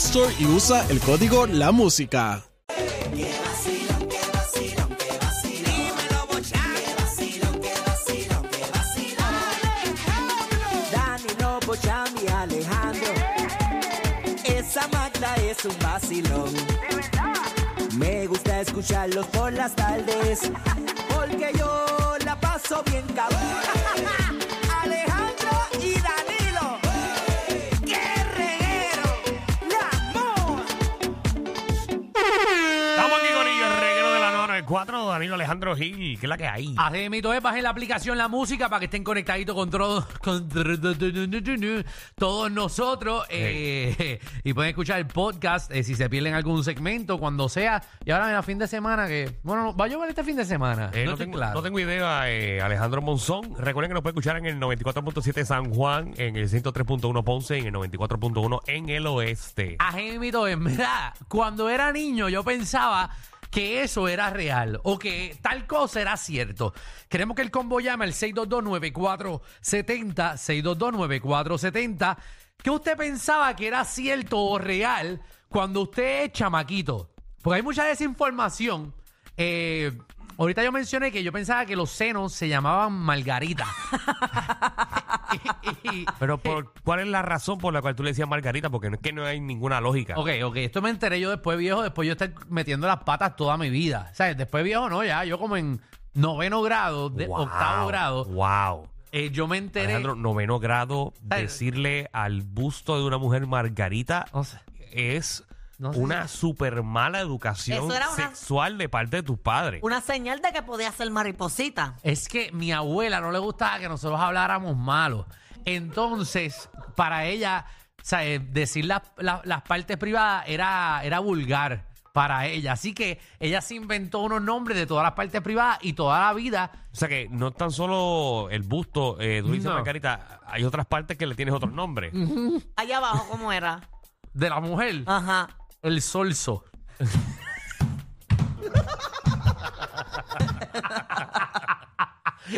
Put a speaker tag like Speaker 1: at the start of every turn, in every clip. Speaker 1: Store y usa el código La Música.
Speaker 2: Que vacilón, que vacilón, que vacilón. Dímelo, Bochán. Que vacilón, que vacilón, que vacilón.
Speaker 3: Danilo Bocham y Alejandro. Esa magna es un vacilón. Me gusta escucharlos por las tardes. Porque yo la paso bien cabrón. Alejandro y Danilo. ¡Qué reguero! ¡La
Speaker 4: Estamos aquí con ellos, el reguero de la 994, Danilo Alejandro Gil, que es la que hay.
Speaker 5: Así mito es, bajen la aplicación La Música para que estén conectaditos con, todo- con todos nosotros eh, y pueden escuchar el podcast eh, si se pierden algún segmento, cuando sea. Y ahora mira, fin de semana que... Bueno, no, va a llover este fin de semana.
Speaker 4: Eh,
Speaker 5: no,
Speaker 4: no,
Speaker 5: estoy
Speaker 4: tengo,
Speaker 5: claro.
Speaker 4: no tengo idea, eh, Alejandro Monzón. Recuerden que nos puede escuchar en el 94.7 San Juan, en el 103.1 Ponce y en el 94.1 en el oeste.
Speaker 5: Ajé, mito es, mira, cuando era niño yo pensaba que eso era real o que tal cosa era cierto. Queremos que el combo llame al 6229470, 6229470. ¿Qué usted pensaba que era cierto o real cuando usted es chamaquito? Porque hay mucha desinformación. Eh, ahorita yo mencioné que yo pensaba que los senos se llamaban margarita. Y- y-
Speaker 4: Pero por, ¿cuál es la razón por la cual tú le decías Margarita? Porque no es que no hay ninguna lógica.
Speaker 5: Ok, ok, esto me enteré yo después viejo, después yo estar metiendo las patas toda mi vida. ¿Sabes? Después viejo no, ya yo como en noveno grado, de-
Speaker 4: Wow,
Speaker 5: octavo grado,
Speaker 4: Wow.
Speaker 5: eh, yo me enteré...
Speaker 4: Alejandro, noveno grado,
Speaker 5: Ay.
Speaker 4: decirle al busto de una mujer Margarita
Speaker 5: No sé.
Speaker 4: es
Speaker 5: No sé.
Speaker 4: una super mala educación
Speaker 6: Eso era una-
Speaker 4: sexual de parte de tus padres.
Speaker 6: Una señal de que podía ser mariposita.
Speaker 5: Es que mi abuela no le gustaba que nosotros habláramos malo. Entonces, para ella, ¿sabes? decir las, las- las partes privadas era, era vulgar para ella. Así que ella se inventó unos nombres de todas las partes privadas y toda la vida
Speaker 4: O sea que no es tan solo el busto, eh, tú dices
Speaker 5: No.
Speaker 4: Margarita, hay otras partes que le tienes otros nombres.
Speaker 6: Allá abajo, ¿cómo era?
Speaker 5: de la mujer,
Speaker 6: Ajá.
Speaker 5: el solso.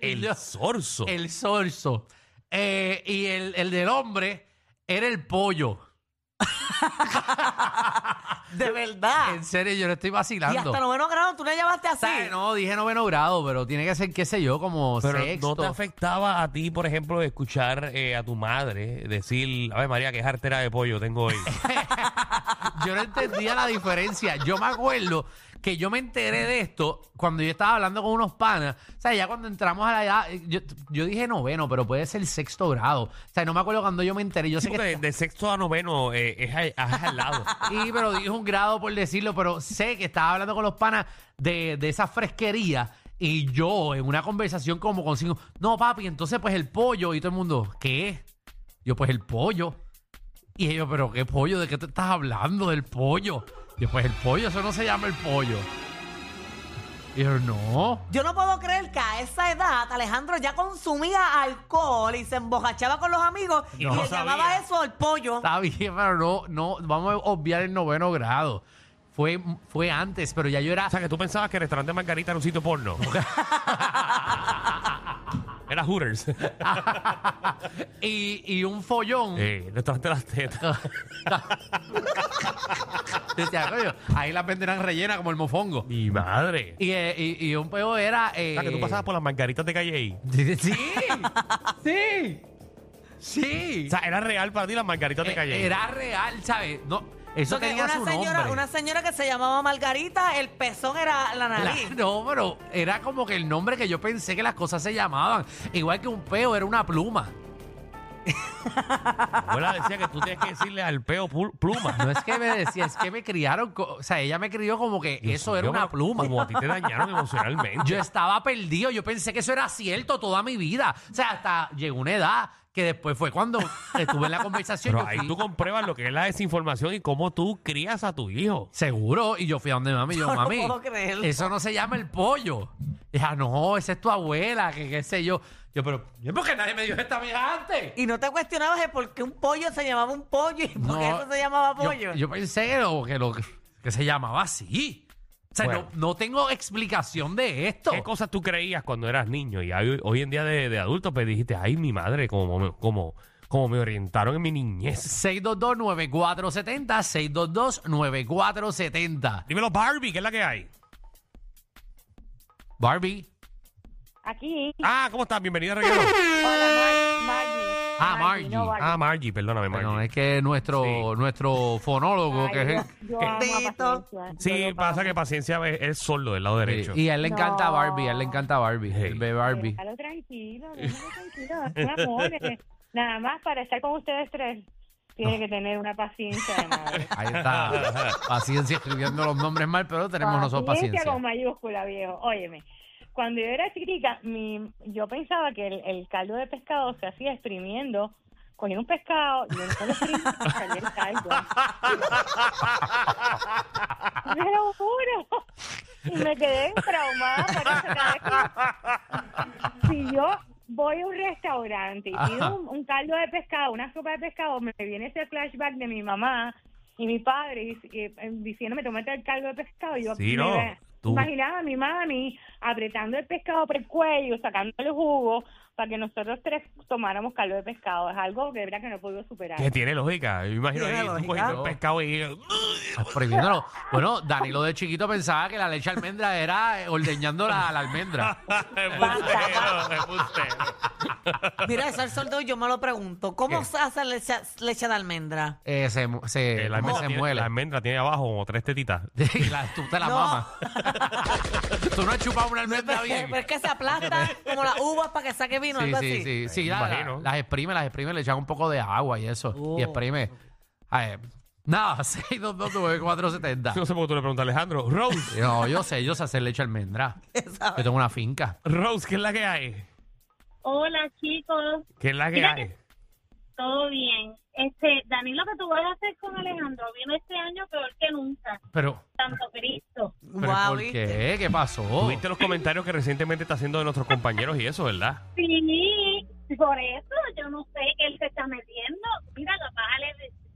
Speaker 4: El
Speaker 5: Yo-
Speaker 4: sorso.
Speaker 5: El sorso. Eh, y el, el del hombre era el pollo.
Speaker 6: De verdad.
Speaker 5: En serio, yo no estoy
Speaker 6: Ah. Y
Speaker 5: vacilando.
Speaker 6: hasta noveno grado tú le llamaste así.
Speaker 5: ¿Sabes? No, dije noveno grado, pero tiene que ser, qué sé yo, como
Speaker 4: Pero
Speaker 5: sexto.
Speaker 4: no te afectaba a ti, por ejemplo, escuchar eh, a tu madre decir, a ver María, qué jartera de pollo tengo hoy.
Speaker 5: yo no entendía la diferencia. Yo me acuerdo que yo me enteré de esto cuando yo estaba hablando con unos panas. O sea, ya cuando entramos a la edad, eh, yo, yo dije noveno, pero puede ser sexto grado. O sea, no me acuerdo cuando yo me enteré. Yo sé que
Speaker 4: de, de sexto a noveno eh, es, al- es al lado.
Speaker 5: Sí, pero dijo un grado por decirlo, pero sé que estaba hablando con los panas de, de esa fresquería y yo en una conversación como consigo, no papi, entonces pues el pollo y todo el mundo, ¿qué? Yo pues el pollo. Y ellos, pero ¿qué pollo? ¿De qué te estás hablando? Del pollo. Yo pues el pollo, eso no se llama el pollo. Y yo, no.
Speaker 6: Yo no puedo creer que a esa edad Alejandro ya consumía alcohol y se embojachaba con los amigos
Speaker 4: no
Speaker 6: y
Speaker 4: lo
Speaker 6: le
Speaker 4: sabía.
Speaker 6: llamaba eso al pollo.
Speaker 5: Está bien, pero no, no, vamos a obviar el noveno grado. Fue, fue antes, pero ya yo era...
Speaker 4: O sea que tú pensabas que el restaurante Margarita era un sitio porno. era Hooters.
Speaker 5: Y, y un follón.
Speaker 4: Eh, el restaurante de las tetas.
Speaker 5: Decía, coño, ahí las venderán rellena como el mofongo.
Speaker 4: Mi madre.
Speaker 5: Y, eh, y- y un peo era.
Speaker 4: O sea que tú
Speaker 5: eh,
Speaker 4: pasabas por las margaritas de calle ahí.
Speaker 5: Sí. Sí. Sí. sí.
Speaker 4: O sea, era real para ti las margaritas de calle.
Speaker 5: Eh, Era real, ¿sabes? No, eso
Speaker 6: Porque
Speaker 5: tenía
Speaker 6: una
Speaker 5: su
Speaker 6: señora,
Speaker 5: nombre.
Speaker 6: una señora que se llamaba Margarita, el pezón era la
Speaker 5: La-
Speaker 6: nariz.
Speaker 5: no, pero era como que el nombre que yo pensé que las cosas se llamaban. Igual que un peo era una pluma.
Speaker 4: Mi abuela decía que tú tienes que decirle al peo pul- pluma.
Speaker 5: No es que me decía, es que me criaron. co- O sea, ella me crió como que
Speaker 4: Dios
Speaker 5: eso
Speaker 4: mío,
Speaker 5: era una
Speaker 4: pero
Speaker 5: pluma.
Speaker 4: Como a ti te dañaron emocionalmente.
Speaker 5: Yo estaba perdido, yo pensé que eso era cierto toda mi vida. O sea, hasta llegó una edad que después fue cuando estuve en la conversación.
Speaker 4: Pero
Speaker 5: yo
Speaker 4: ahí
Speaker 5: fui-
Speaker 4: tú compruebas lo que es la desinformación y cómo tú crías a tu hijo.
Speaker 5: Seguro, y yo fui a donde mami, y yo,
Speaker 6: Yo no
Speaker 5: mami,
Speaker 6: puedo creerlo".
Speaker 5: eso no se llama el pollo. Ya no, esa es tu abuela, que qué sé yo. Yo, pero, ¿por qué nadie me dijo esta mierda antes?
Speaker 6: Y no te cuestionabas de por qué un pollo se llamaba un pollo y por qué eso se llamaba
Speaker 5: yo-
Speaker 6: pollo.
Speaker 5: Yo, pensé que, lo, que, lo, que se llamaba así. O sea,
Speaker 4: Bueno.
Speaker 5: no, no tengo explicación de esto.
Speaker 4: ¿Qué cosas tú creías cuando eras niño? Y hoy, hoy en día de, de adulto, pues dijiste, ay, mi madre, como, me- como, como me orientaron en mi niñez.
Speaker 5: 622-9470, 622-9470.
Speaker 4: Dímelo, Barbie, ¿qué es la que hay?
Speaker 5: Barbie.
Speaker 7: Aquí.
Speaker 4: Ah, ¿cómo estás? Bienvenida a Reguero.
Speaker 7: Hola, Mar- Margie.
Speaker 5: Ah,
Speaker 7: no,
Speaker 5: Margie.
Speaker 4: Ah, Margie, perdóname, Margie.
Speaker 5: Bueno, es que nuestro,
Speaker 4: Sí.
Speaker 5: nuestro fonólogo,
Speaker 7: Ay,
Speaker 5: que es...
Speaker 7: yo- yo amo a
Speaker 6: Tito.
Speaker 7: Paciencia, yo
Speaker 4: sí,
Speaker 7: lo
Speaker 4: pasa
Speaker 7: amo.
Speaker 4: que paciencia es, es sordo del lado derecho.
Speaker 5: Y a él le encanta
Speaker 7: No.
Speaker 5: Barbie, a él le encanta Barbie.
Speaker 4: Sí.
Speaker 5: Él ve Barbie.
Speaker 7: Déjalo tranquilo, déjalo tranquilo. son amores. Nada más para estar con ustedes tres. Tiene que tener una paciencia de madre.
Speaker 5: Ahí está. paciencia escribiendo los nombres mal, pero tenemos nosotros
Speaker 7: con
Speaker 5: paciencia.
Speaker 7: mayúscula, viejo. Óyeme. Cuando yo era chiquitica, mi, yo pensaba que el, el caldo de pescado se hacía exprimiendo. Cogía un pescado, y lo exprimía y salía el caldo. ¡Me lo juro! Y me quedé traumada por eso. Cada vez que- si yo voy a un restaurante y pido un, un caldo de pescado, una sopa de pescado, me viene ese flashback de mi mamá y mi padre y- y- eh, diciéndome, tomate el caldo de pescado. Yo
Speaker 4: Sí,
Speaker 7: me
Speaker 4: no,
Speaker 7: ve-
Speaker 4: tú-
Speaker 7: imaginaba a mi mami apretando el pescado por el cuello, sacando el jugo para que nosotros tres tomáramos caldo de pescado. Es algo que de verdad que no he podido superar.
Speaker 4: Que tiene lógica. Yo me imagino
Speaker 6: Tiene
Speaker 4: ahí, tú
Speaker 6: lógica.
Speaker 4: cogiendo el pescado y...
Speaker 5: Prohibiéndolo. Bueno, Danilo de chiquito pensaba que la leche de almendra era eh, ordeñando la, la almendra.
Speaker 4: Embustero, embustero.
Speaker 6: Mira, eso al sordo yo me lo pregunto. ¿Cómo
Speaker 4: ¿Qué?
Speaker 6: se hace leche, leche de almendra?
Speaker 5: Eh, se mu- se,
Speaker 4: Eh, La almendra,
Speaker 5: ¿cómo se
Speaker 4: tiene,
Speaker 5: muele.
Speaker 4: la almendra tiene abajo como tres tetitas.
Speaker 5: Y la- tú te la
Speaker 6: No.
Speaker 5: mamas. tú no has chupado una almendra bien.
Speaker 6: Pero es que se aplasta como las uvas para que saque vino,
Speaker 5: Sí,
Speaker 6: algo
Speaker 5: sí,
Speaker 6: así.
Speaker 5: sí. sí
Speaker 4: me
Speaker 5: la-
Speaker 4: imagino.
Speaker 5: las exprime, las exprime, le echan un poco de agua y eso.
Speaker 8: Oh.
Speaker 5: Y exprime. A ver, nada, 6229470.
Speaker 4: No sé por qué tú le preguntas a Alejandro. Rose,
Speaker 5: No, yo sé, yo sé hacer leche de almendra. Yo tengo una finca.
Speaker 4: Rose, ¿qué es la que hay?
Speaker 8: Hola chicos,
Speaker 4: ¿Qué es la que
Speaker 8: Mira
Speaker 4: hay?
Speaker 8: todo bien. Este, Danilo, que tú vas a hacer con Alejandro viene este año peor que nunca.
Speaker 5: Pero,
Speaker 8: Santo Cristo.
Speaker 5: pero
Speaker 6: Guau,
Speaker 5: ¿por
Speaker 6: ¿viste?
Speaker 5: qué? ¿Qué pasó?
Speaker 4: Tuviste los comentarios que recientemente está haciendo de nuestros compañeros y eso, ¿verdad?
Speaker 8: Sí, por eso yo no sé que él se está metiendo. Mira, bájale,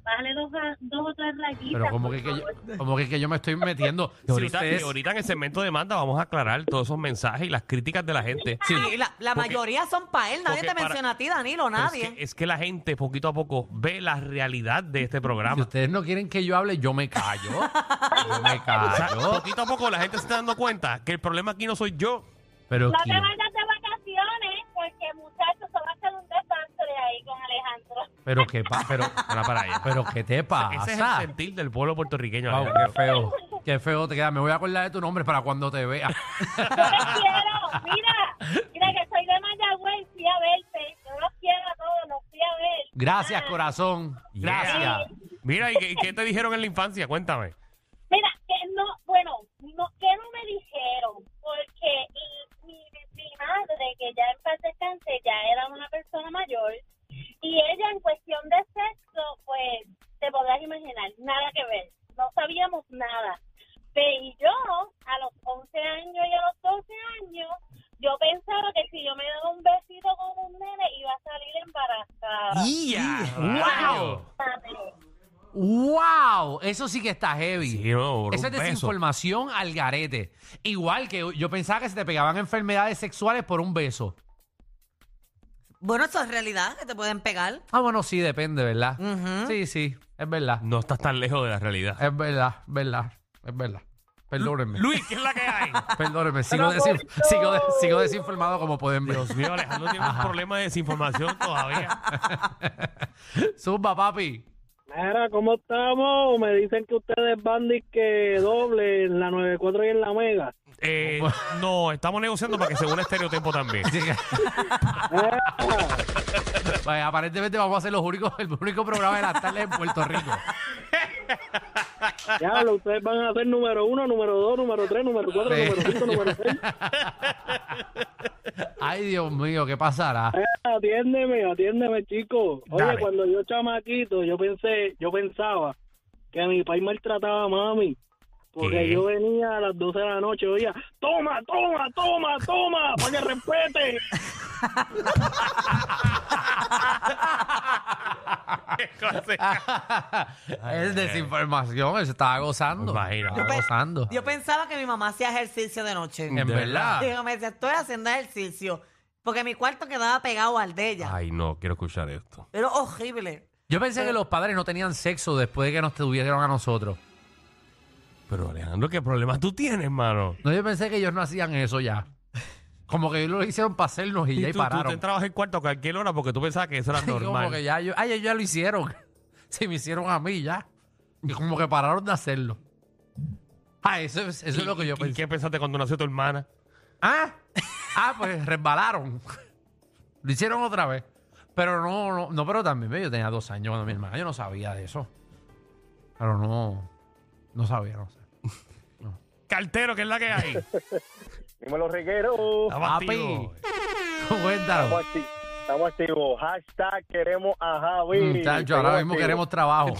Speaker 8: bájale dos, ra- dos o tres rayitas.
Speaker 5: Pero como
Speaker 8: por
Speaker 5: que, que
Speaker 8: favor.
Speaker 5: yo, como que, que yo me estoy metiendo.
Speaker 4: Y
Speaker 5: Si
Speaker 4: ahorita,
Speaker 5: ustedes-
Speaker 4: y ahorita en el segmento de manda vamos a aclarar todos esos mensajes y las críticas de la gente.
Speaker 6: Y la la
Speaker 4: Porque-
Speaker 6: mayoría son para él. Nadie
Speaker 4: porque
Speaker 6: te
Speaker 4: para-
Speaker 6: menciona a ti, Danilo,
Speaker 4: Pero es
Speaker 6: nadie.
Speaker 4: que, es que la gente poquito a poco ve la realidad de este
Speaker 5: si
Speaker 4: programa.
Speaker 5: ustedes no quieren que yo hable, yo me callo. Yo me
Speaker 4: O sea,
Speaker 5: callo.
Speaker 4: poquito a poco la gente se está dando cuenta que el problema aquí no soy yo.
Speaker 5: Pero
Speaker 8: No te
Speaker 5: ¿quién?
Speaker 8: vayas de vacaciones porque muchachos se va a hacer un desastre ahí con Alejandro.
Speaker 5: Pero qué pa- pero,
Speaker 4: Ahora para allá.
Speaker 5: pero qué te
Speaker 4: Ese es el
Speaker 5: pasa.
Speaker 4: sentir del pueblo puertorriqueño.
Speaker 5: Wow,
Speaker 4: Alejandro.
Speaker 5: qué feo. Qué feo te queda. Me voy a acordar de tu nombre para cuando te vea.
Speaker 8: Yo te quiero, mira, mira que soy de Mayagüez, fui a verte. Yo los quiero a todos, los fui a ver. Ah,
Speaker 5: Gracias, corazón.
Speaker 4: Yeah.
Speaker 5: Gracias.
Speaker 4: Mira, ¿y qué, y qué te dijeron en la infancia? Cuéntame.
Speaker 8: Mira, que no, bueno, no, que no me dijeron, porque y- mi, mi madre, que ya en paz descanse, ya era una persona mayor, y ella en cuestión de sexo, pues te podrás imaginar, nada que ver, no sabíamos nada. Ve, Y yo, a los 11 años y a los 12 años, yo pensaba que si yo me daba un besito con un nene, iba a salir embarazada.
Speaker 4: ¡Wow!
Speaker 5: ¡Wow! Eso sí que está heavy.
Speaker 4: Sí, no, por un
Speaker 5: Eso es
Speaker 4: beso.
Speaker 5: desinformación al garete. Igual que yo pensaba que se te pegaban enfermedades sexuales por un beso.
Speaker 6: Bueno, eso es realidad, que te pueden pegar.
Speaker 5: Ah, bueno, sí, depende, ¿verdad?
Speaker 6: Ujú.
Speaker 5: Sí, sí, es verdad.
Speaker 4: No estás tan lejos de la realidad.
Speaker 5: Es verdad, es verdad, es verdad. Perdónenme.
Speaker 4: Luis, ¿qué es la que hay?
Speaker 5: Perdónenme, sigo, desin- sigo, de- sigo desinformado como pueden ver.
Speaker 4: Dios mío, Alejandro tiene un problema de desinformación todavía.
Speaker 5: Zumba, papi.
Speaker 9: Mira, ¿cómo estamos? Me dicen que ustedes van que doble en la 94 y en la Mega.
Speaker 4: Eh, no, estamos negociando para que se una estereotipo también.
Speaker 5: Así que- Pues, aparentemente vamos a ser los únicos, el único programa de las tardes en Puerto Rico.
Speaker 9: Ya, lo- ustedes van a ser número uno, número dos, número tres, número cuatro,
Speaker 5: Sí.
Speaker 9: número cinco, número seis.
Speaker 5: Ay, Dios mío, ¿qué pasará?
Speaker 9: Eh, Atiéndeme, atiéndeme, chico. Oye,
Speaker 5: Dale.
Speaker 9: cuando yo chamaquito, yo pensé, yo pensaba que mi país maltrataba a mami. Porque
Speaker 4: ¿Qué?
Speaker 9: yo venía a las 12 de la noche, oía, toma, toma, toma, toma, para que respete.
Speaker 5: Ah. es desinformación, él se estaba gozando.
Speaker 4: Me imagino.
Speaker 5: Estaba gozando.
Speaker 6: Yo pensaba que mi mamá hacía ejercicio de noche.
Speaker 5: En
Speaker 4: De
Speaker 5: verdad.
Speaker 6: Digo, me decía, estoy haciendo ejercicio. Porque mi cuarto quedaba pegado al de ella.
Speaker 4: Ay, no, quiero escuchar esto.
Speaker 6: Era horrible.
Speaker 5: Yo pensé que los padres no tenían sexo después de que nos tuvieron a nosotros.
Speaker 4: Pero Alejandro, ¿qué problema tú tienes, mano?
Speaker 5: No, yo pensé que ellos no hacían eso ya. Como que ellos lo hicieron para hacernos y, ya y
Speaker 4: tú, tú te
Speaker 5: pararon.
Speaker 4: entrabas en cuarto a cualquier hora porque tú pensabas que eso era
Speaker 5: Y como
Speaker 4: normal.
Speaker 5: que ya, yo, ay, ellos ya lo hicieron. Se me hicieron a mí ya. Y como que pararon de hacerlo. Ah, eso, es- eso es lo que yo
Speaker 4: ¿Y- ¿Y
Speaker 5: pensé.
Speaker 4: qué pensaste cuando nació tu hermana?
Speaker 5: Ah, ah, pues resbalaron. Lo hicieron otra vez. Pero no, no, no, pero también yo tenía dos años cuando mi hermana, yo no sabía de eso. Pero no, no sabía, no sé.
Speaker 4: Cartero, que es la que hay.
Speaker 9: Dímelo, reguero.
Speaker 4: Está batido.
Speaker 5: Papi. Cuéntalo.
Speaker 9: Estamos activos. Hashtag queremos a Javi.
Speaker 5: Muchacho, Mm, ahora mismo queremos trabajo.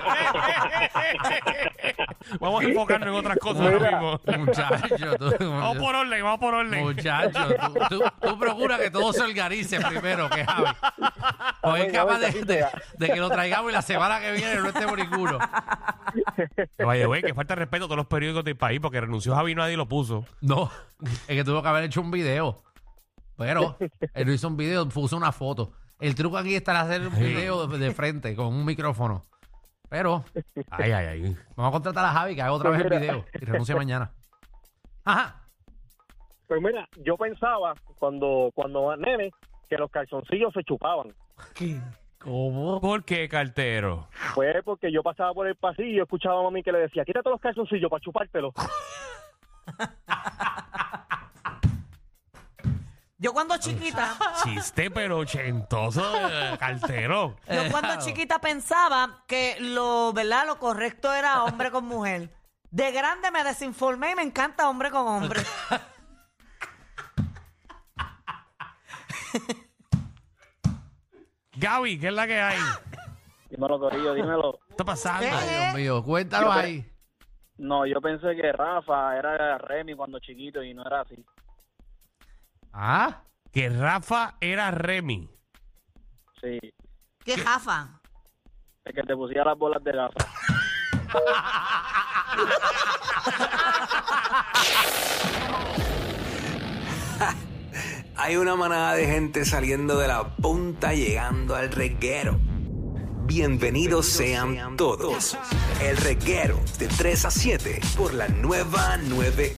Speaker 4: Vamos a enfocarnos en otras cosas ahora mismo.
Speaker 5: Muchacho, tú,
Speaker 4: Vamos por orden, vamos por orden.
Speaker 5: muchacho, tú, tú, tú procura que todo se organice primero, que Javi. O es capaz de, de- de que lo traigamos y la semana que viene no esté ninguno.
Speaker 4: Oye, güey, que falta de respeto a todos los periódicos del país porque renunció Javi y nadie lo puso.
Speaker 5: No, es que tuvo que haber hecho un video. Pero él no hizo un video, puso una foto. El truco aquí está hacer un video de, de frente con un micrófono. Pero
Speaker 4: Ay, ay, ay.
Speaker 5: vamos a contratar a Javi que haga otra vez el video y renuncie mañana. Ajá.
Speaker 9: Pues mira, yo pensaba cuando, cuando nene que los calzoncillos se chupaban.
Speaker 5: ¿Cómo?
Speaker 4: ¿Por qué, cartero?
Speaker 9: Pues porque yo pasaba por el pasillo y yo escuchaba a mami que le decía, quítate los calzoncillos para chupártelos.
Speaker 6: Yo cuando chiquita,
Speaker 4: Chiste, pero ochentoso, eh, cartero.
Speaker 6: yo cuando chiquita pensaba que lo, ¿verdad? Lo correcto era hombre con mujer. De grande me desinformé y me encanta hombre con hombre.
Speaker 4: Gaby, ¿qué es la que hay?
Speaker 9: Dímelo, Corillo, dímelo.
Speaker 4: ¿Qué está pasando?
Speaker 5: Ay, Dios mío, cuéntalo ahí.
Speaker 9: No, yo pensé que Rafa era Remy cuando chiquito y no era así.
Speaker 5: Ah,
Speaker 4: Que Rafa era Remy.
Speaker 9: Sí,
Speaker 6: Qué jafa.
Speaker 9: el que te pusiera las bolas de gafas.
Speaker 10: Hay una manada de gente saliendo de la punta llegando al reguero. Bienvenidos sean todos. El reguero de 3 a 7 por la nueva 9.